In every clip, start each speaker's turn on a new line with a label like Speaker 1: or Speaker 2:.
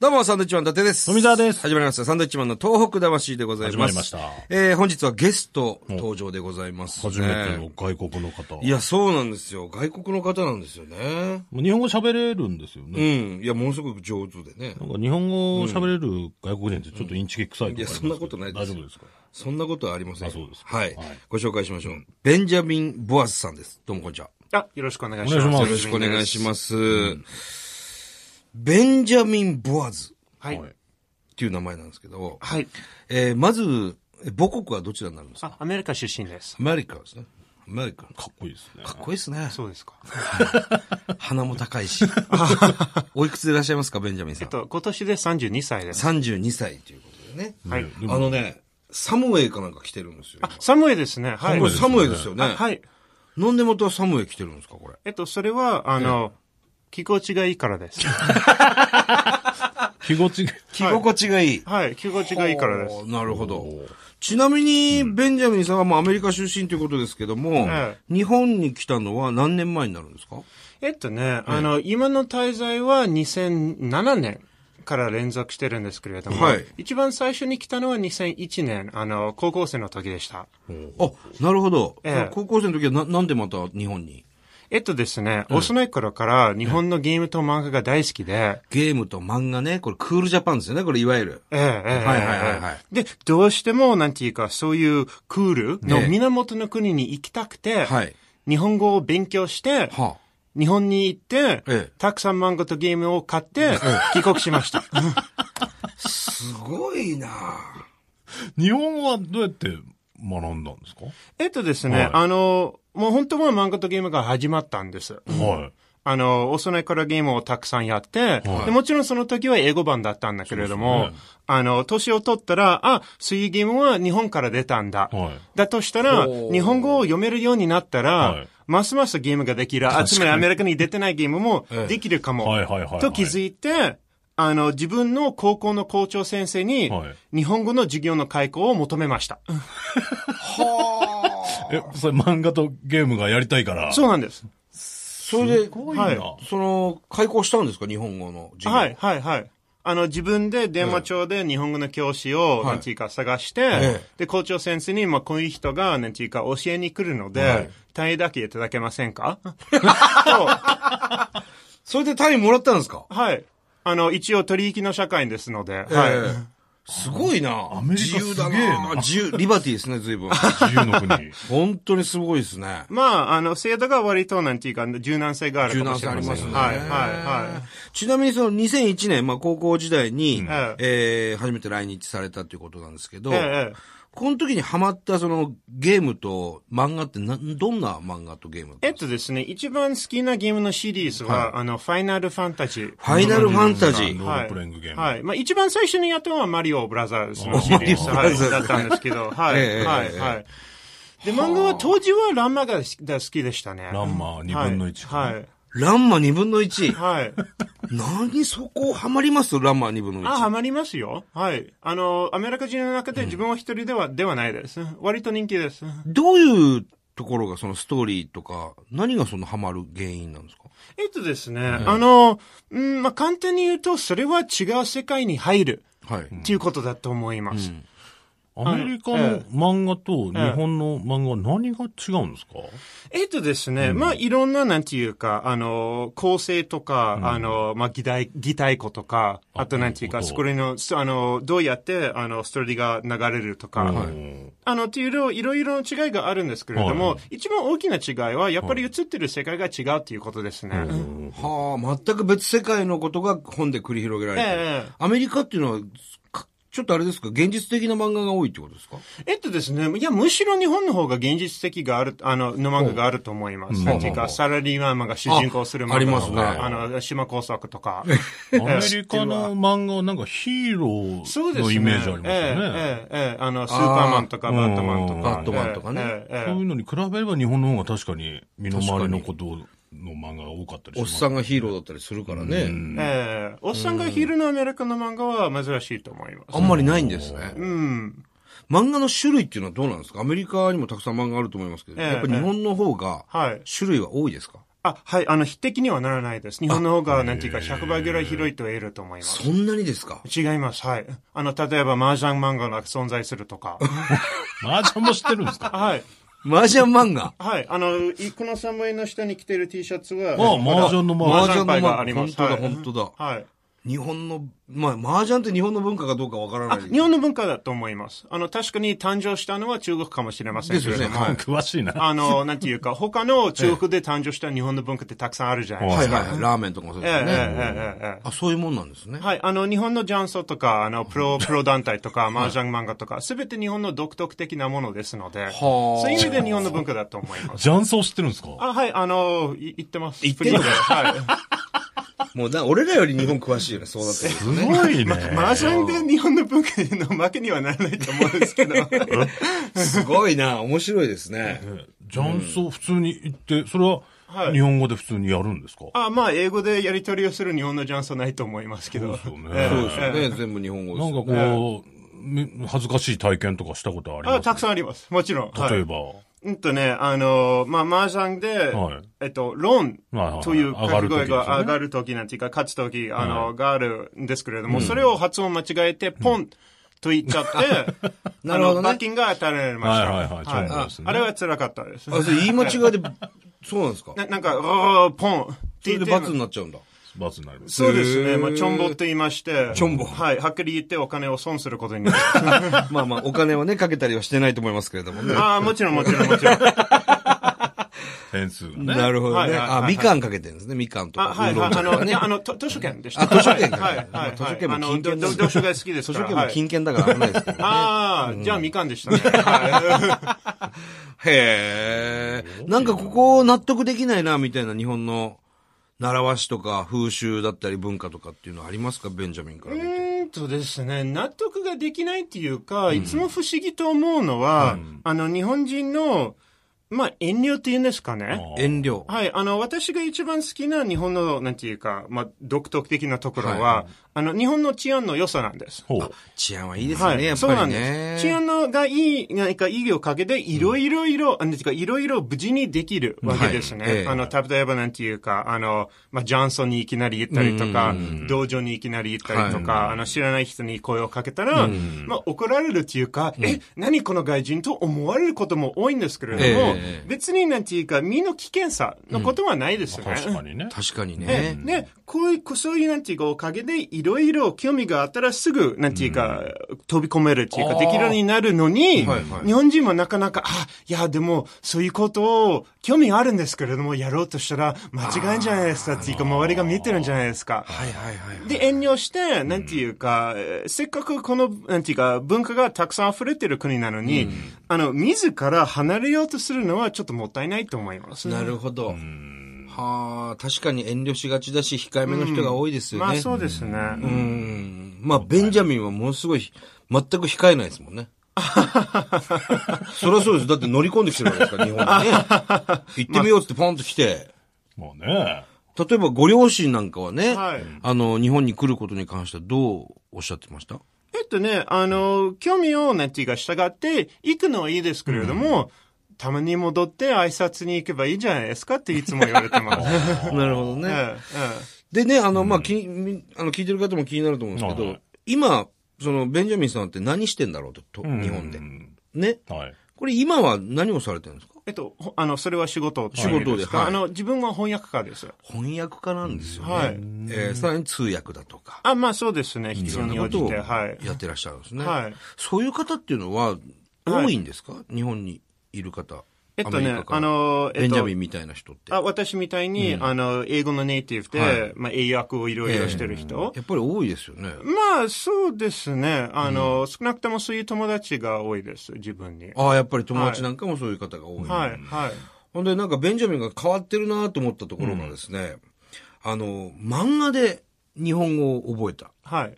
Speaker 1: どうも、サンドイッチマン伊達です。
Speaker 2: 富澤です
Speaker 1: 始まりました。サンドイッチマンの東北魂でございます。
Speaker 2: 始まりました
Speaker 1: えー、本日はゲスト登場でございます、ね。
Speaker 2: 初めての外国の方。
Speaker 1: いや、そうなんですよ。外国の方なんですよね。
Speaker 2: もう日本語喋れるんですよ
Speaker 1: う
Speaker 2: ね。
Speaker 1: ん。いや、ものすごく上手でね。
Speaker 2: なんか日本語喋れる外国人ってちょっとインチキ臭いとかありますけど
Speaker 1: いやそんなことないで
Speaker 2: 大
Speaker 1: す
Speaker 2: 丈夫ですか
Speaker 1: そんなことはありません。
Speaker 2: あそうですか
Speaker 1: はい。
Speaker 2: はい
Speaker 1: ご紹介しましょう。ベンジャミン・ボアスさんです。どうもこんにちは。
Speaker 3: あ、よろしくお願いし
Speaker 2: お願いしま
Speaker 3: ます。
Speaker 2: す
Speaker 1: よろしくお願いします。ベンジャミン・ボアズ
Speaker 3: はい。
Speaker 1: っていう名前なんですけど、
Speaker 3: はい。
Speaker 1: えー、まず、え母国はどちらになるんですか
Speaker 3: あ、アメリカ出身です。
Speaker 1: アメリカですね。アメリカ。か
Speaker 2: かっこいいですね。
Speaker 1: っこいいですね。
Speaker 3: そうですか。
Speaker 1: 鼻も高い し。おいくつでいらっしゃいますか、ベンジャミンさ
Speaker 3: えっ
Speaker 1: ん。
Speaker 3: と、今年で32歳です。
Speaker 1: 32歳ということでね。
Speaker 3: はい。
Speaker 1: あのね、サムウェイかなんか来てるんですよ。
Speaker 3: あ、サムエですね。はい。
Speaker 1: これ
Speaker 2: イ
Speaker 1: サムウェイですよね。
Speaker 3: あはい。
Speaker 1: なんでまたサムウェイ来てるんですか、これ。
Speaker 3: えっと、それは、あの、着心地がいいからです。
Speaker 2: 気持ちが、
Speaker 1: 着心地がいい。
Speaker 3: はい。着心地がいいからです
Speaker 1: お。ーなるほど。ちなみに、ベンジャミンさんはまあアメリカ出身ということですけども、
Speaker 3: え
Speaker 1: 日本に来たのは何年前になるんですか
Speaker 3: えっとね、あの、今の滞在は2007年から連続してるんですけれども、
Speaker 1: はい
Speaker 3: 一番最初に来たのは2001年、あの、高校生の時でし
Speaker 1: あ、
Speaker 3: た。
Speaker 1: なるほど。
Speaker 3: ええ
Speaker 1: 高校生の時はななんでまた日本に
Speaker 3: えっとですね、幼い頃から日本のゲームと漫画が大好きで、
Speaker 1: ゲームと漫画ね、これクールジャパンですよね、これいわゆる。
Speaker 3: ええ、ええ、
Speaker 1: はいはいはいはい
Speaker 3: ええで、どうしても、なんていうか、そういうクールの
Speaker 1: ええ
Speaker 3: 源の国に行きたくて、
Speaker 1: はい。
Speaker 3: 日本語を勉強して、
Speaker 1: はあ。
Speaker 3: 日本に行って、
Speaker 1: ええ
Speaker 3: たくさん漫画とゲームを買って、帰国し ました。
Speaker 1: すごいなあ
Speaker 2: 日本語はどうやって学んだんですか
Speaker 3: えっとですね、
Speaker 2: はい
Speaker 3: あの、もう本当は漫画とゲームが始まったんです。
Speaker 2: は
Speaker 3: あの、幼いからゲームをたくさんやって、
Speaker 2: はい
Speaker 3: でもちろんその時は英語版だったんだけれど
Speaker 2: そう
Speaker 3: も、
Speaker 2: ですね
Speaker 3: あの、年を取ったら、あ、そういうゲームは日本から出たんだ。
Speaker 2: い。はい。
Speaker 3: だとしたら、
Speaker 1: おー
Speaker 3: 日本語を読めるようになったら、
Speaker 2: はい
Speaker 3: ますますゲームができる。あつまりアメリカに出てないゲームも
Speaker 1: ええ
Speaker 3: できるかも。
Speaker 2: はいはいはいはい
Speaker 3: と気づいて、あの、自分の高校の校長先生に、
Speaker 2: はい
Speaker 3: 日本語の授業の開講を求めました。
Speaker 2: え、それ漫画とゲームがやりたいから。
Speaker 3: そうなんです。
Speaker 1: それで、
Speaker 2: すごいな。
Speaker 3: はい
Speaker 1: その、開校したんですか、日本語の授業。
Speaker 3: はい、はい、はい。あの、自分で電話帳で日本語の教師を、
Speaker 1: はい
Speaker 3: なんていうか探して、
Speaker 1: ええ
Speaker 3: で、校長先生に、まあ、こういう人が、なんていうか教えに来るので、
Speaker 1: はい
Speaker 3: 単位だけいただけませ んかと
Speaker 1: それで単位もらったんですか
Speaker 3: はい。あの、一応取引の社会ですので、
Speaker 1: はい。
Speaker 3: はい。
Speaker 1: すごいな
Speaker 2: アメリ
Speaker 1: 自
Speaker 2: カ
Speaker 1: 由だ
Speaker 2: すげえな
Speaker 1: な自由、リバティですね、随 分。
Speaker 2: 自 由の国。
Speaker 1: 本当にすごいですね。
Speaker 3: まあ、あの、制度が割と、なんていうか、柔軟性がある
Speaker 1: 柔
Speaker 3: かも
Speaker 1: 軟
Speaker 3: し
Speaker 1: 性
Speaker 3: れ
Speaker 1: あ
Speaker 3: ま
Speaker 1: り
Speaker 3: せん。
Speaker 1: ますね。
Speaker 3: はい、はい、はい。
Speaker 1: ちなみにその2001年、まあ高校時代に、
Speaker 3: え
Speaker 1: えー初めて来日されたということなんですけど、
Speaker 3: ええええ
Speaker 1: この時にハマったそのゲームと漫画ってな、どんな漫画とゲームだった
Speaker 3: え
Speaker 1: ん
Speaker 3: っ
Speaker 1: ですか
Speaker 3: とですね、一番好きなゲームのシリーズは、あの、ファイナルファンタジー。
Speaker 1: ファイナルファンタジー。
Speaker 2: ロールプレイングゲーム。
Speaker 3: はい。まあ、一番最初にやったのはマリオブラザーズのシリー ズ、
Speaker 1: マリオブラ
Speaker 3: はい、
Speaker 1: ザーズ
Speaker 3: だったんですけど、は い、
Speaker 1: ええ
Speaker 3: はい、はい。で、漫画は当時はランマが好きが好きでしたね。
Speaker 2: ランマ二分の一
Speaker 3: はい。はい
Speaker 1: ランマ2分の1。
Speaker 3: はい。
Speaker 1: 何そこハマりますランマ2分の
Speaker 3: あ、ハ
Speaker 1: 1。
Speaker 3: マりますよ。はい。あの、アメリカ人の中で自分は一人では、ではないです。割と人気です。
Speaker 1: どういうところがそのストーリーとか、何がそのハマる原因なんですか
Speaker 3: えっとですね、あの、うん、まあ、簡単に言うと、それは違う世界に入る
Speaker 1: はい。
Speaker 3: っていうことだと思います。
Speaker 2: アメリカ
Speaker 3: え
Speaker 2: の
Speaker 3: え
Speaker 2: 漫画と日本の漫画は何が違うんですか
Speaker 3: えっとですね、まあ、いろんな、なんていうか、あの、構成とか、あの、まあ、擬態、擬態語とか、あと、なんていう
Speaker 2: な
Speaker 3: か、
Speaker 2: るほど
Speaker 3: そこらの、あの、どうやって、あの、ストーリーが流れるとか、
Speaker 2: うん
Speaker 3: あの、っていうのいろいろの違いがあるんですけれども、
Speaker 2: はい
Speaker 3: 一番大きな違いは、やっぱり映ってる世界が違うっていうことですね。
Speaker 1: はあ、全く別世界のことが本で繰り広げられてる。
Speaker 3: ええ
Speaker 1: アメリカっていうのは、かちょっとあれですか、現実的な漫画が多いってことですか
Speaker 3: えっとですね、いや、むしろ日本の方が現実的がある、あの、の漫画があると思います。
Speaker 2: うん
Speaker 3: なんていうか、サラリーマンが主人公する漫画
Speaker 1: あありますね
Speaker 3: あの、島工作と
Speaker 2: ア
Speaker 3: か。
Speaker 2: メリカの漫画はなんかヒーロ
Speaker 3: そう
Speaker 2: ー
Speaker 3: ですね。
Speaker 2: のイメージありますよね。
Speaker 3: ええええええあの、スーパーマンと
Speaker 2: あ
Speaker 3: か
Speaker 2: ー
Speaker 3: バットマンとか。
Speaker 1: バットマンとかね
Speaker 3: えええ
Speaker 2: そうい
Speaker 3: え
Speaker 2: うのに比べれば日本の方が確かに身の回りのことの漫画が多かったりし
Speaker 1: おっ
Speaker 2: ます。
Speaker 1: さんがヒーローだったりするからね。
Speaker 3: ええおっさんが昼のアメリカの漫画は珍しいと思いま
Speaker 1: あ
Speaker 3: す。
Speaker 1: んまりないんですね。
Speaker 3: うん。
Speaker 1: 漫画の種類っていうのはどうなんですかアメリカにもたくさん漫画あると思いますけど、
Speaker 3: ええ
Speaker 1: やっぱ日本の方が
Speaker 3: はい。
Speaker 1: 種類は多いですか
Speaker 3: あ、はい、あの、匹敵にはならないです。日本の方が、なんていうか、100倍ぐらい広いと言えると思います。
Speaker 1: そんなにですか
Speaker 3: 違います、はい。あの、例えば、麻雀漫画が存在するとか。
Speaker 2: 麻雀も知ってるんですか
Speaker 3: はい。
Speaker 1: 麻雀漫画。
Speaker 3: はい。あの、いこの寒いの下に着てる T シャツは、
Speaker 2: あ麻雀の
Speaker 3: 麻
Speaker 2: 麻
Speaker 3: 雀
Speaker 2: 雀。
Speaker 3: パイがあります
Speaker 1: 本当だ、
Speaker 3: はい
Speaker 1: 本当だ。
Speaker 3: はい。
Speaker 1: 日本の、まあ、麻雀って日本の文化かどうかわからない。
Speaker 3: 日本の文化だと思います。あの、確かに誕生したのは中国かもしれませんけれど
Speaker 1: です
Speaker 3: も、
Speaker 1: よねはい
Speaker 2: 詳しいな。
Speaker 3: あの、なんていうか、他の中国で誕生した日本の文化ってたくさんあるじゃないです
Speaker 1: は
Speaker 3: か。
Speaker 1: いはいはい。ラーメンとかもそう
Speaker 3: え
Speaker 1: です
Speaker 3: え
Speaker 1: よね。
Speaker 3: ええええええ
Speaker 1: あ、そういうもんなんですね。
Speaker 3: はい。あの、日本のジャンソとか、あの、プロ、プロ団体とか、麻雀漫画とか、すべて日本の独特的なものですので、そういう意味で日本の文化だと思い ます。
Speaker 2: ジャンソー知ってるんですか
Speaker 3: あ、はい、あの、い言ってます。
Speaker 1: 言ってんの
Speaker 3: フリーでは
Speaker 1: もうな、俺らより日本詳しいよね、そうなってくる
Speaker 2: す
Speaker 1: と
Speaker 2: ご
Speaker 1: ね
Speaker 2: い ね。
Speaker 3: い。麻雀で日本の文化の負けにはならないと思うんで すけど。
Speaker 1: すごいな、面白いですね。
Speaker 2: ジャンソー普通に行って、それは
Speaker 3: はい
Speaker 2: 日本語で普通にやるんですか、
Speaker 3: あ、まあ、英語でやり取りをする日本のジャンソないと思いますけ
Speaker 2: そう
Speaker 3: ど。
Speaker 2: ですよね
Speaker 3: え え
Speaker 1: そうですよ
Speaker 3: ええ
Speaker 1: ね、全部日本語です
Speaker 2: なん
Speaker 1: よ
Speaker 2: か
Speaker 1: ね。
Speaker 2: こう、み恥ずかしい体験とかしたことあります
Speaker 3: あ、たくさんあります。もちろん。はい
Speaker 2: 例えば。
Speaker 3: うんとね、あの、まあ、麻雀で、
Speaker 2: はい
Speaker 3: えっと、ローン
Speaker 2: はいはい
Speaker 3: という
Speaker 2: 上が
Speaker 3: 掛け
Speaker 2: る時
Speaker 3: 声
Speaker 2: ですよね
Speaker 3: が上がるときなんていうか、勝つとき、あの、があるんですけれども、それを発音間違えて、ポンと言っちゃって、
Speaker 1: なるほどね
Speaker 3: あの罰金が与えられました。
Speaker 2: はいはいはいそうなんですね
Speaker 3: あれは辛かったです。
Speaker 1: あ、それ言い間違いで、そうなんですか
Speaker 3: ななんか、おーポンっ
Speaker 1: そ
Speaker 3: て
Speaker 1: れ
Speaker 3: 言っ
Speaker 1: で
Speaker 3: て。
Speaker 1: 罰になっちゃうんだ。
Speaker 2: 罰になります。
Speaker 3: そうです
Speaker 1: へ
Speaker 3: ね。
Speaker 1: ー
Speaker 3: まあ、チョンボと言いまして。
Speaker 1: チョンボ
Speaker 3: はい。はっきり言ってお金を損することになる。
Speaker 1: まあまあ、お金はね、かけたりはしてないと思いますけれども ね。
Speaker 3: ああ、もちろんもちろんもちろん。
Speaker 2: 点数がね。
Speaker 1: なるほど
Speaker 3: はい
Speaker 1: ね。
Speaker 3: はいはい
Speaker 1: あ、みかんかけてるんですね、みかんと
Speaker 3: あ、
Speaker 1: か。
Speaker 3: は
Speaker 1: う
Speaker 3: い、
Speaker 1: ど
Speaker 3: は
Speaker 1: ん
Speaker 3: い。
Speaker 1: と
Speaker 3: あ
Speaker 1: か
Speaker 3: の、
Speaker 1: ね
Speaker 3: いやあの、と図書券でした。
Speaker 1: あ図書券か
Speaker 3: はい、はいはい。
Speaker 1: まあ図書券も
Speaker 3: あの
Speaker 1: 金券で
Speaker 3: ど
Speaker 1: す
Speaker 3: 読書が好きで
Speaker 1: 図
Speaker 3: すか
Speaker 1: 書
Speaker 3: ら。
Speaker 1: 券も金券だから危ないですけどね。
Speaker 3: はいああ、じゃあみかんでしたね。 は
Speaker 1: へえ。なんかここ納得できないな、みたいな日本の習わしとか風習だったり文化とかっていうのはありますかベンジャミンから
Speaker 3: い
Speaker 1: 見
Speaker 3: う
Speaker 1: て。
Speaker 3: ーんとですね、納得ができないっていうか、いつも不思議と思うのは、あの、日本人の、まあ、遠慮っていうんですかね。
Speaker 2: あー
Speaker 1: 遠慮。
Speaker 3: はい。あの、私が一番好きな日本の、なんていうか、まあ、独特的なところは、
Speaker 1: は
Speaker 3: あの、日本の治安の良さなんです。
Speaker 2: ほう。
Speaker 1: 治安はいいですよね、やっ
Speaker 3: そう
Speaker 1: ぱ
Speaker 3: な
Speaker 1: り
Speaker 3: んで
Speaker 1: ね。
Speaker 3: す。治安のがいい、なんかいいおかげで、いろいろいろ、あなんていうか、いろいろ無事にできるわけですね。
Speaker 1: はいええ
Speaker 3: あの、例えばなんていうか、あの、まあ、ジャンソンにいきなり行ったりとか、道場にいきなり行ったりとか、あの、知らない人に声をかけたら、まあ、怒られるっていうか、え、何この外人と思われることも多いんですけれども、
Speaker 1: ええ
Speaker 3: 別になんていうか、身の危険さのことはないですよね。
Speaker 2: 確かにね。
Speaker 1: 確かに
Speaker 3: ね
Speaker 1: ね。
Speaker 3: ね、こういう、こうそういうなんていうかおかげでいろいろ興味があったらすぐなんていうか、飛び込めるっていうか
Speaker 1: あー
Speaker 3: できるようになるのに、
Speaker 1: はいはい
Speaker 3: 日本人もなかなか、あ、いやでもそういうことを興味あるんですけれどもやろうとしたら間違いんじゃないですかっていうか周りが見えてるんじゃないですか。
Speaker 1: はいはいはいはい。
Speaker 3: で、遠慮して、なんていうか、えーせっかくこの、なんていうか、文化がたくさん溢れてる国なのに、あの、自ら離れようとするのはちょっともったいないと思います。
Speaker 1: なるほど。はあ、確かに遠慮しがちだし、控えめの人が多いですよね。
Speaker 3: まあそうですね。
Speaker 1: うんまあ、ベンジャミンはものすごい、全く控えないですもん ね。そりゃそうです。だって乗り込んできてるわけですから、日 本にね。行ってみようってポンと来て。
Speaker 2: もうね。
Speaker 1: 例えば、ご両親なんかはね、
Speaker 3: はい
Speaker 1: あの、日本に来ることに関してはどうおっしゃってました
Speaker 3: えっとね、あの、興味をなんていうか従って、行くのはいいですけれども、たまに戻って挨拶に行けばいいじゃないですかっていつも言われて ます。
Speaker 1: なるほど
Speaker 3: えええ
Speaker 1: でね、あの、まあ、き、みあの、聞いてる方も気になると思うんですけ
Speaker 2: は
Speaker 1: ど
Speaker 2: い、
Speaker 1: 今、その、ベンジャミンさんって何してんだろうと、と日本で
Speaker 2: う。ん
Speaker 1: ね。
Speaker 2: はい。
Speaker 1: これ今は何をされてるんですか
Speaker 3: えっと、ほあの、それは仕事
Speaker 1: 仕事で
Speaker 3: ですか、
Speaker 1: はい
Speaker 3: あの、自分は翻訳家です。
Speaker 1: 翻訳家なんですよね。
Speaker 3: はい
Speaker 1: えーさらに通訳だとか。
Speaker 3: あ、まあそうですね。
Speaker 1: い
Speaker 3: 必
Speaker 1: ろ
Speaker 3: 要
Speaker 1: ん
Speaker 3: に
Speaker 1: な
Speaker 3: 応
Speaker 1: こ
Speaker 3: じ
Speaker 1: とを
Speaker 3: て。
Speaker 1: や
Speaker 3: はい。
Speaker 1: ってらっしゃるんですね。
Speaker 3: はい
Speaker 1: そういう方っていうのは多いんですか、日本にいる方。
Speaker 3: えっと
Speaker 1: アメリ
Speaker 3: ね
Speaker 1: カ、から
Speaker 3: あの、え
Speaker 1: ベ
Speaker 3: っ
Speaker 1: ン
Speaker 3: と、
Speaker 1: ジャミンみたいな人って。や
Speaker 3: あ私みたいに、あの、英語のネイティブで、
Speaker 1: はい
Speaker 3: まあ英訳をいろいろしてる人、
Speaker 1: っぱり多いですよね。
Speaker 3: まあそうですね。あの、少なくともそういう友達が多いです。自分に。
Speaker 1: ああ、やっぱり友達なんかもそういう方が多い。
Speaker 3: はい、はい。
Speaker 1: ほんで、なんかベンジャミンが変わってるなと思ったところがですね、あの、漫画で日本語を覚えたっ
Speaker 3: はい。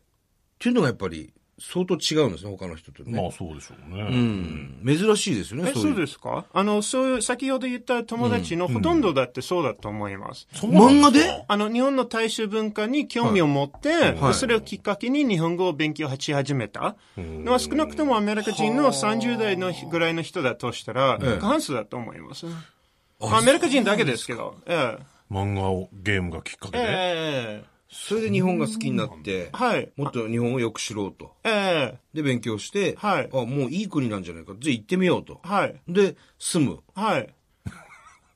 Speaker 1: ていうのがやっぱり相当違うんですね、他の人とね。
Speaker 2: まあそうでしょうね。
Speaker 1: うん。珍しいですよね、
Speaker 3: え、そう
Speaker 1: いう。
Speaker 3: ですかあの、そういう、先ほど言った友達のほとんどだってそうだと思います。
Speaker 2: そうなんすか
Speaker 1: 漫画で
Speaker 3: あの、日本の大衆文化に興味を持って、
Speaker 1: はい
Speaker 3: それをきっかけに日本語を勉強し始めたのは少なくともアメリカ人の30代のぐらいの人だとしたら、過半数だと思います。まあアメリカ人だけですけど。え
Speaker 2: 漫画を、ゲームがきっかけ
Speaker 3: え。
Speaker 2: で。
Speaker 3: え
Speaker 1: それで日本が好きになって
Speaker 3: え。、はい。
Speaker 1: もっと日本をよく知ろうと。
Speaker 3: え
Speaker 1: で、勉強して、
Speaker 3: はい
Speaker 1: あ、もういい国なんじゃないか。じゃあ行ってみようと
Speaker 3: え。。はい。
Speaker 1: で、住む。
Speaker 3: はい。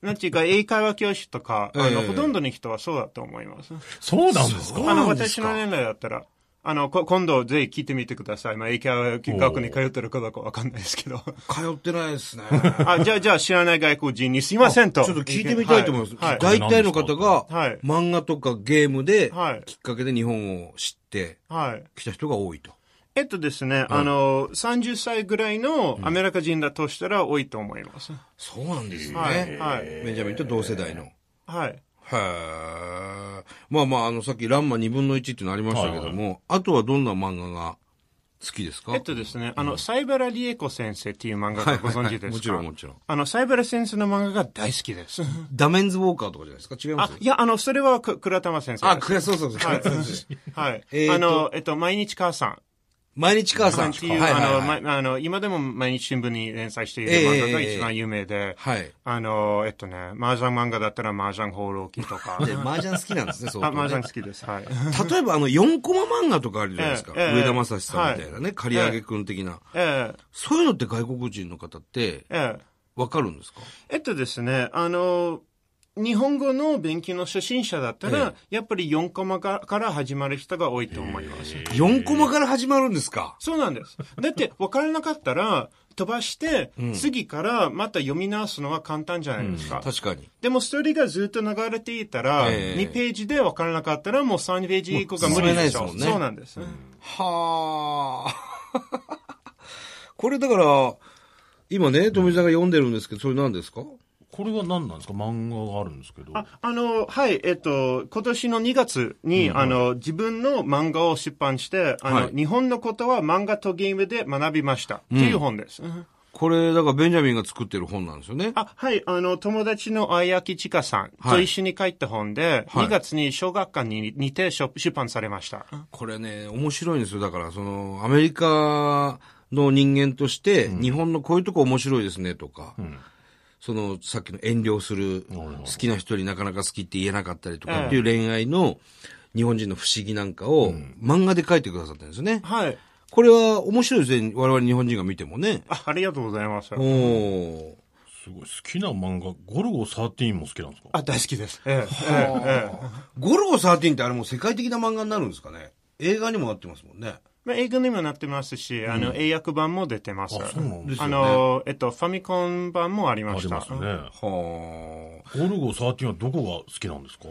Speaker 3: なんていうか、英会話教師とか、あの、
Speaker 1: ええ
Speaker 3: ほとんどの人はそうだと思います。
Speaker 2: そうなんですか
Speaker 3: あの、私の年代だったら、あの、こ今度ぜひ聞いてみてください。まあ、英会話学校に通ってるかどうかわかんないですけど。
Speaker 1: 通ってないです ね。
Speaker 3: あ、じゃあ、じゃあ知らない外国人にすいません
Speaker 1: ちょ
Speaker 3: と。
Speaker 1: っと聞いてみたいと思います。
Speaker 3: はい。はい
Speaker 1: 大体の方が、
Speaker 3: はい
Speaker 1: 漫画とかゲームで、
Speaker 3: はい
Speaker 1: きっかけで日本を知って
Speaker 3: はい。
Speaker 1: きた人が多いと。
Speaker 3: えっとですね、あの、30歳ぐらいのアメリカ人だとしたら多いと思います。
Speaker 1: そうなんですね。
Speaker 3: はい。はい。
Speaker 1: ベンジャミンと同世代の。
Speaker 3: はい。
Speaker 1: へーまあまあ、あの、さっき、ランマ2分の1ってのありましたけども、あとはどんな漫画が好きですか
Speaker 3: えっとですね、あの、サイバラリエコ先生っていう漫画がご存知ですか、
Speaker 1: もちろんもちろん。
Speaker 3: あの、サイバラ先生の漫画が大好きです。
Speaker 1: ダメンズウォーカーとかじゃないですか違いま
Speaker 3: あ
Speaker 1: す、
Speaker 3: いや、あの、それはく倉玉先生
Speaker 1: あ、
Speaker 3: です。
Speaker 1: くれ、そうそうそう。
Speaker 3: はいはい。
Speaker 1: えーと
Speaker 3: あの、えっと、毎日母さん。
Speaker 1: 毎日母さ
Speaker 3: さん
Speaker 1: ん。
Speaker 3: っていう、
Speaker 1: はいはい
Speaker 3: あの、
Speaker 1: はい。
Speaker 3: ま、あの、今でも毎日新聞に連載している
Speaker 1: ええ
Speaker 3: 漫画が
Speaker 1: ええ
Speaker 3: 一番有名で、
Speaker 1: はい。
Speaker 3: あの、えっとね、麻雀漫画だったら麻雀放浪記とか、
Speaker 1: で、麻雀好きなん ですね、
Speaker 3: あ、
Speaker 1: 相
Speaker 3: 麻
Speaker 1: 当ね
Speaker 3: 雀好きで す。はい。
Speaker 1: 例えば、あの、4コマ漫画とかあるじゃないですか。
Speaker 3: ええええ
Speaker 1: 上田正史さんみたいなね、刈り上げくん的な。
Speaker 3: ええ、
Speaker 1: そういうのって外国人の方って、
Speaker 3: ええ。
Speaker 1: わかるんですか
Speaker 3: えっとですね、あの、日本語の勉強の初心者だったら、やっぱり4コマがから始まる人が多いと思います。
Speaker 1: ?4 コマから始まるんですか
Speaker 3: そうなんです。だって、分からなかったら、飛ばして、次からまた読み直すのは簡単じゃないですか。
Speaker 1: 確かに。
Speaker 3: でもストーリーがずっと流れていたら、
Speaker 1: ええ
Speaker 3: 2ページで分からなかったらもう3ページ以降が無理でしょ。
Speaker 1: もう進めないですもんね
Speaker 3: そうなんです。
Speaker 1: はあ。 これだから、今ね、富澤が読んでるんですけど、それ何ですか
Speaker 2: これは何なんですか漫画があるんですけど。
Speaker 3: ああの、はい、えっと、今年の2月に、あの、自分の漫画を出版して、あの、
Speaker 1: はい
Speaker 3: 日本のことは漫画とゲームで学びました。っていう本です。
Speaker 1: これ、だからベンジャミンが作ってる本なんですよね。
Speaker 3: あ、はい、あの、友達のあやきちかさんと一緒に書いた本で、
Speaker 1: はい
Speaker 3: 2月に小学館ににて出出版されました。
Speaker 1: これね、面白いんですよ。だから、その、アメリカの人間として、日本のこういうとこ面白いですね、とか、その、さっきの遠慮する、好きな人になかなか好きって言えなかったりとかっていう恋愛の、日本人の不思議なんかを、漫画で書いてくださったんですよね。
Speaker 3: はい。
Speaker 1: これは面白いですね。我々日本人が見てもね。
Speaker 3: あありがとうございます。
Speaker 1: おー。
Speaker 2: すごい。好きな漫画、ゴルゴ13も好きなんですか
Speaker 3: あ、大好きです。ええええええ
Speaker 1: ゴルゴ13ってあれもう世界的な漫画になるんですかね映画にもなってますもんね。
Speaker 3: まあ、映画にもなってますし、あの、英訳版も出てます。
Speaker 2: あそうなんです
Speaker 1: よ
Speaker 3: あ
Speaker 1: ね
Speaker 3: の、えっと、ファミコン版もありま
Speaker 2: あ
Speaker 3: し
Speaker 2: り
Speaker 3: た。
Speaker 2: ますね。
Speaker 1: はあ。
Speaker 2: ゴルゴ13はどこが好きなんですか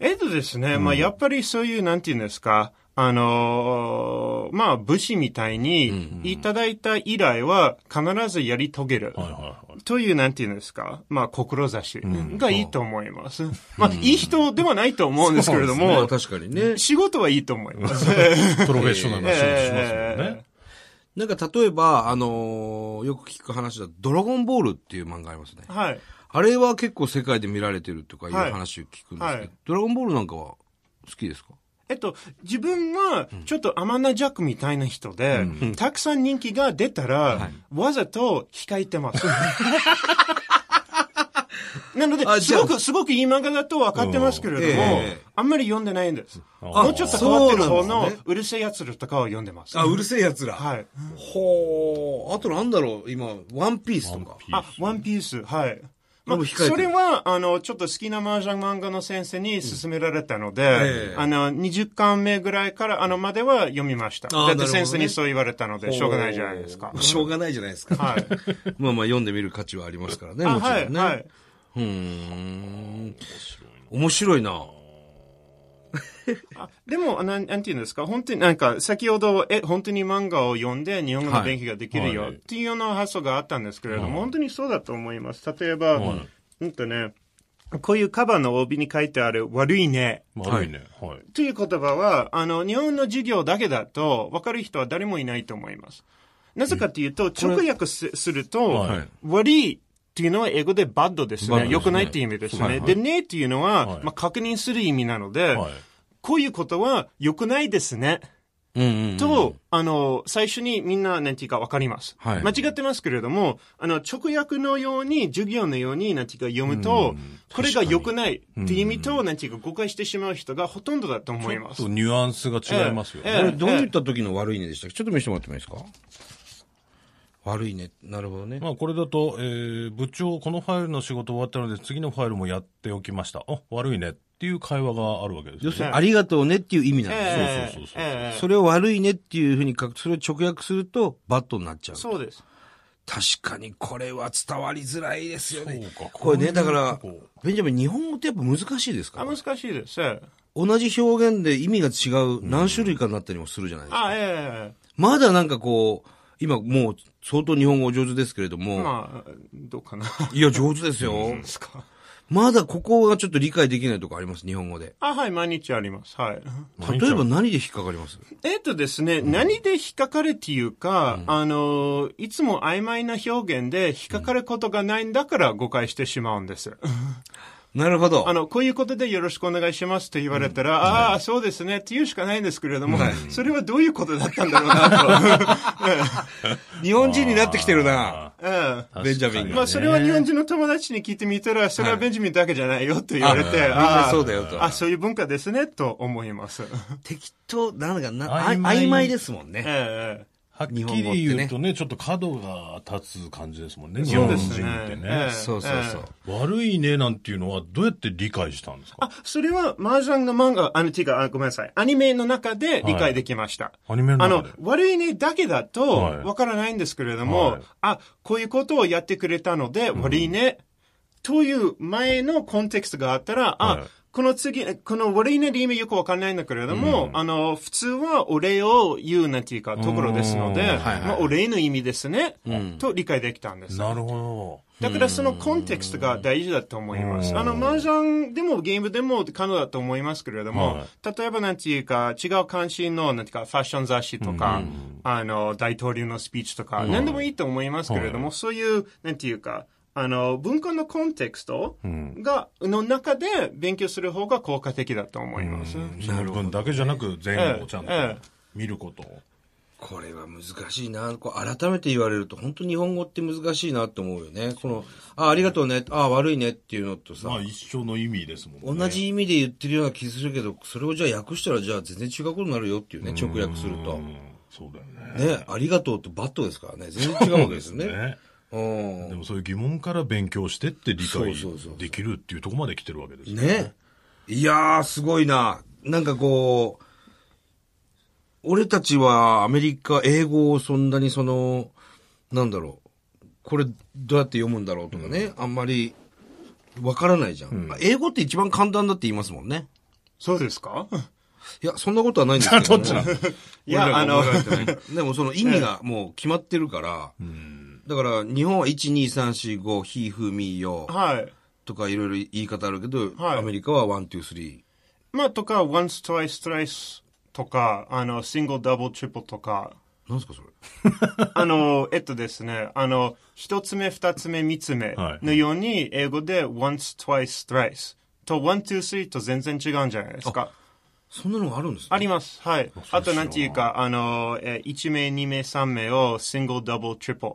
Speaker 3: えっとですね、まあ、やっぱりそういう、なんていうんですか、あのーまあ、武士みたいに、いただいた依頼は必ずやり遂げる。
Speaker 2: はいはいはい。
Speaker 3: という、なんていうんですか、まあ、志がいいと思います。まあ、いい人ではないと思うんですけれど
Speaker 1: まあ
Speaker 3: も、
Speaker 1: 確かにね。
Speaker 3: 仕事はいいと思います。
Speaker 2: プロフェッショナルな仕事しますもんね。
Speaker 1: なんか例えば、あのーよく聞く話だと、ドラゴンボールっていう漫画ありますね。
Speaker 3: はい。
Speaker 1: あれは結構世界で見られてるとかいう
Speaker 3: はい
Speaker 1: 話を聞くんですけど、
Speaker 3: はい
Speaker 1: ドラゴンボールなんかは好きですか
Speaker 3: えっと、自分は、ちょっとアマナジャックみたいな人で、たくさん人気が出たら、わざと控えて ます。なので
Speaker 1: あ、
Speaker 3: す
Speaker 1: じゃあ
Speaker 3: ごく、すごくいい漫画だと分かってますけれど
Speaker 1: う
Speaker 3: も、
Speaker 1: んええ
Speaker 3: あんまり読んでないんです。
Speaker 2: あ
Speaker 3: もうちょっと変わってる
Speaker 1: そ
Speaker 3: 方
Speaker 1: うなん
Speaker 3: の
Speaker 1: ですね、
Speaker 3: うるせえやつらとかを読んでます。
Speaker 1: るせえ奴ら。
Speaker 3: はい。
Speaker 1: ほー。あとなんだろう、今、ワンピースとか。
Speaker 3: あ、ワンピース、はい。ま
Speaker 1: で
Speaker 3: あ
Speaker 1: も控えてる
Speaker 3: それは、あの、ちょっと好きな麻雀漫画の先生に勧められたので、
Speaker 1: ええ
Speaker 3: あの、20巻目ぐらいから、あの、までは読みました。
Speaker 1: あー
Speaker 3: だって
Speaker 1: なるほどね
Speaker 3: 先生にそう言われたので、しょうがないじゃないです か
Speaker 1: ほ。ーしょうがないじゃないですか。
Speaker 3: はい。
Speaker 1: まあまあ読んでみる価値はありますからね、
Speaker 3: あ
Speaker 1: もちろん
Speaker 3: はい、
Speaker 1: ね。
Speaker 3: はい。
Speaker 1: うーん。面白いな。
Speaker 3: あでも、なん、なんていうんですか、本当になんか、先ほど、え、本当に漫画を読んで日本語の勉強ができるよ、
Speaker 2: はい
Speaker 3: っていうような発想があったんですけれども、本当にそうだと思います。例えば、
Speaker 2: はい
Speaker 3: うんとね、こういうカバーの帯に書いてある悪いね。
Speaker 2: 悪いね。はい。
Speaker 3: という言葉は、あの、日本の授業だけだと、分かる人は誰もいないと思います。なぜかというと、直訳すすると、
Speaker 2: はい
Speaker 3: 悪いっていうのは英語でバッドです
Speaker 1: バッドですね
Speaker 3: ね。良くないっていう意味ですね。
Speaker 2: はいはい
Speaker 3: で、ねっていうのは、
Speaker 2: はい
Speaker 3: まあ、確認する意味なので、
Speaker 2: はい。
Speaker 3: こういうことは良くないですね。
Speaker 1: うんうんうん
Speaker 3: と、あの、最初にみんな、なんていうかわかります。
Speaker 1: はい
Speaker 3: 間違ってますけれども、あの、直訳のように、授業のように、なんていうか読むと、これが良くないって意味と、なんていうか誤解してしまう人がほとんどだと思いま
Speaker 2: ち
Speaker 3: す
Speaker 2: ょっ。とニュアンスが違いますよね。
Speaker 3: ええ
Speaker 1: これどういった時の悪いねでしたっけちょっと見せてもらってもいいですか悪いね。なるほどね。
Speaker 2: まあこれだと、えー部長、このファイルの仕事終わったので、次のファイルもやっておきました。あ、悪いねっていう会話があるわけです
Speaker 1: 要
Speaker 2: よ
Speaker 1: する
Speaker 2: ね。
Speaker 1: に、ありがとうねっていう意味なんですよ。
Speaker 3: ええ
Speaker 2: そうそうそうそう
Speaker 3: ええ
Speaker 1: それを悪いねっていうふうに書くと、それを直訳すると、バットになっちゃう。
Speaker 3: そうです。
Speaker 1: 確かにこれは伝わりづらいですよね。
Speaker 2: そうか
Speaker 1: これね、
Speaker 2: こうい
Speaker 1: だ
Speaker 2: う
Speaker 1: から
Speaker 2: とこ、
Speaker 1: ベンジャミン、日本語ってやっぱ難しいですか
Speaker 3: あ、
Speaker 1: ら
Speaker 3: 難しいです。ええ
Speaker 1: 同じ表現で意味が違う何種類かになったりもするじゃないですか。
Speaker 3: あ、え
Speaker 1: まだなんかこう、今もう相当日本語お上手ですけれど
Speaker 3: え
Speaker 1: も、
Speaker 3: まあ、どうかな。
Speaker 1: いや、上手ですよ。
Speaker 3: ですか。
Speaker 1: まだここがちょっと理解できないとこあります、日本語で。
Speaker 3: あ、はい、毎日あります。はい。
Speaker 1: 例えば何で引っかかります
Speaker 3: えっとですね、何で引っかかるっていうか、あの、いつも曖昧な表現で引っかかることがないんだから誤解してしまうんです。
Speaker 1: なるほど
Speaker 3: あ。の、こういうことでよろしくお願いしますって言われたら、ああ、そうですねって言うしかないんですけれども、それはどういうことだったんだろうなと。
Speaker 1: 日本人になってきてるな
Speaker 2: あ。
Speaker 3: ええ
Speaker 2: ー。
Speaker 1: ベンジャミン
Speaker 2: 確かに
Speaker 3: まあ、それは日本人の友達に聞いてみたら、それはベンジミンだけじゃないよって言われて、ああ、
Speaker 1: そうだよと
Speaker 3: あ、そういう文化ですね、と思い ます。
Speaker 1: 適当、なんかな、あ
Speaker 2: 曖昧
Speaker 1: 曖昧ですもんね。
Speaker 3: ええ
Speaker 2: はっき
Speaker 1: 日本語って
Speaker 2: り
Speaker 1: ね
Speaker 2: 言うとね、ちょっと角が立つ感じですもんね、日
Speaker 3: そう
Speaker 2: 本
Speaker 3: で
Speaker 2: 人
Speaker 3: すね
Speaker 2: って
Speaker 3: ええ
Speaker 2: ね。
Speaker 1: そうそうそう。
Speaker 2: 悪いねなんていうのはどうやって理解したんですか
Speaker 3: あ、それは麻雀の漫画、あの、ていうか、あごめんなさい。アニメの中で理解できました。
Speaker 2: アニメの
Speaker 3: あ
Speaker 2: 中
Speaker 3: の
Speaker 2: で。、
Speaker 3: 悪いねだけだと、
Speaker 2: はい
Speaker 3: わからないんですけれども、
Speaker 2: はい
Speaker 3: あ、こういうことをやってくれたので、悪いね、という前のコンテクストがあったら、あ、
Speaker 2: はい
Speaker 3: この次、この悪いねで意味よくわかんないんだけれども、あの、普通はお礼を言うなんていうかところですので、
Speaker 2: うんはい
Speaker 1: はい
Speaker 3: まあ、お礼の意味ですね、
Speaker 1: うん
Speaker 3: と理解できたんです。
Speaker 2: なるほ
Speaker 3: だからそのコンテクストが大事だと思います。
Speaker 2: うん
Speaker 3: あの、麻雀でもゲームでも可能だと思いますけれども、
Speaker 2: は
Speaker 3: 例えばなんていうか、違う関心の、なんていうか、ファッション雑誌とか、あの、大統領のスピーチとか、何でもいいと思いますけれども、そういう、なんていうか、あの、文化のコンテクストが、の中で勉強する方が効果的だと思います。
Speaker 2: ど。その分だけじゃなく前後をちゃんと見ること。
Speaker 1: これは難しいな。こう改めて言われると、本当日本語って難しいなと思うよね。この、あ、ありがとうね、あ、悪いねっていうのとさ、
Speaker 2: まあ一緒の意味ですもんね。
Speaker 1: 同じ意味で言ってるような気するけど、それをじゃあ訳したらじゃあ全然違うことになるよっていうね、直訳すると
Speaker 2: う。ん。そうだよね。
Speaker 1: ね、ありがとうとバットですからね、全然違うわけですよね。
Speaker 2: ね
Speaker 1: うん
Speaker 2: でもそういう疑問から勉強してって理解
Speaker 1: そうそうそうそう
Speaker 2: できるっていうところまで来てるわけですよ
Speaker 1: ね。いやー、すごいな。なんかこう、俺たちはアメリカ、英語をそんなにその、なんだろう。これどうやって読むんだろうとかね。あんまり、わからないじゃん,、英語って一番簡単だって言いますもんね。
Speaker 3: そうですか
Speaker 1: いや、そんなことはないんですけど、ね。
Speaker 3: いや、あの、
Speaker 1: でもその意味がもう決まってるから、だから日本は1、2、3、4、5、ひ、ふ、み、よ
Speaker 3: はい。
Speaker 1: とかいろいろ言い方あるけど、
Speaker 3: はい
Speaker 1: アメリカは1、2、3。
Speaker 3: まあ、とか、once, twice, thrice とか、あの、single, double, triple とか、
Speaker 1: なんですかそれ。
Speaker 3: あの、えっとですね、あの、一つ目、二つ目、三つ目
Speaker 2: はい
Speaker 3: のように、英語で once, twice, thrice と one, two, three と全然違うんじゃないですか。
Speaker 1: そんなのがあるんですね
Speaker 3: あります。はい。あと、なんていうか、あの、えー、一名、二名、三名を single, double, triple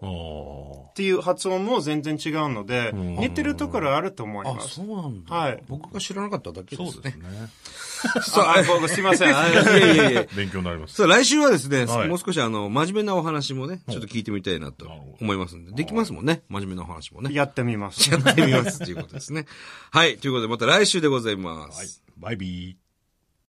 Speaker 3: っ
Speaker 2: あ
Speaker 3: ていう発音も全然違うので、似てるところあると思い
Speaker 1: あ、
Speaker 3: ます
Speaker 1: そ。うなんだ。
Speaker 3: はい
Speaker 1: 僕が知らなかっただけ
Speaker 2: あ。
Speaker 1: で
Speaker 2: そ
Speaker 1: す
Speaker 2: うで
Speaker 1: ね
Speaker 2: す。ね。
Speaker 1: そう、あ、僕すい ません。いやいやい や。
Speaker 2: 勉強になります。
Speaker 1: さあ、来週はですね、
Speaker 2: はい
Speaker 1: もう少しあの、真面目なお話もね、ちょっと聞いてみたいなと
Speaker 2: るほど
Speaker 1: 思いますんで、できますもんね、真面目なお話もね。
Speaker 3: やってみます。
Speaker 1: やってみますということですね。はい、ということでまた来週でございます。
Speaker 2: はい。バイビー。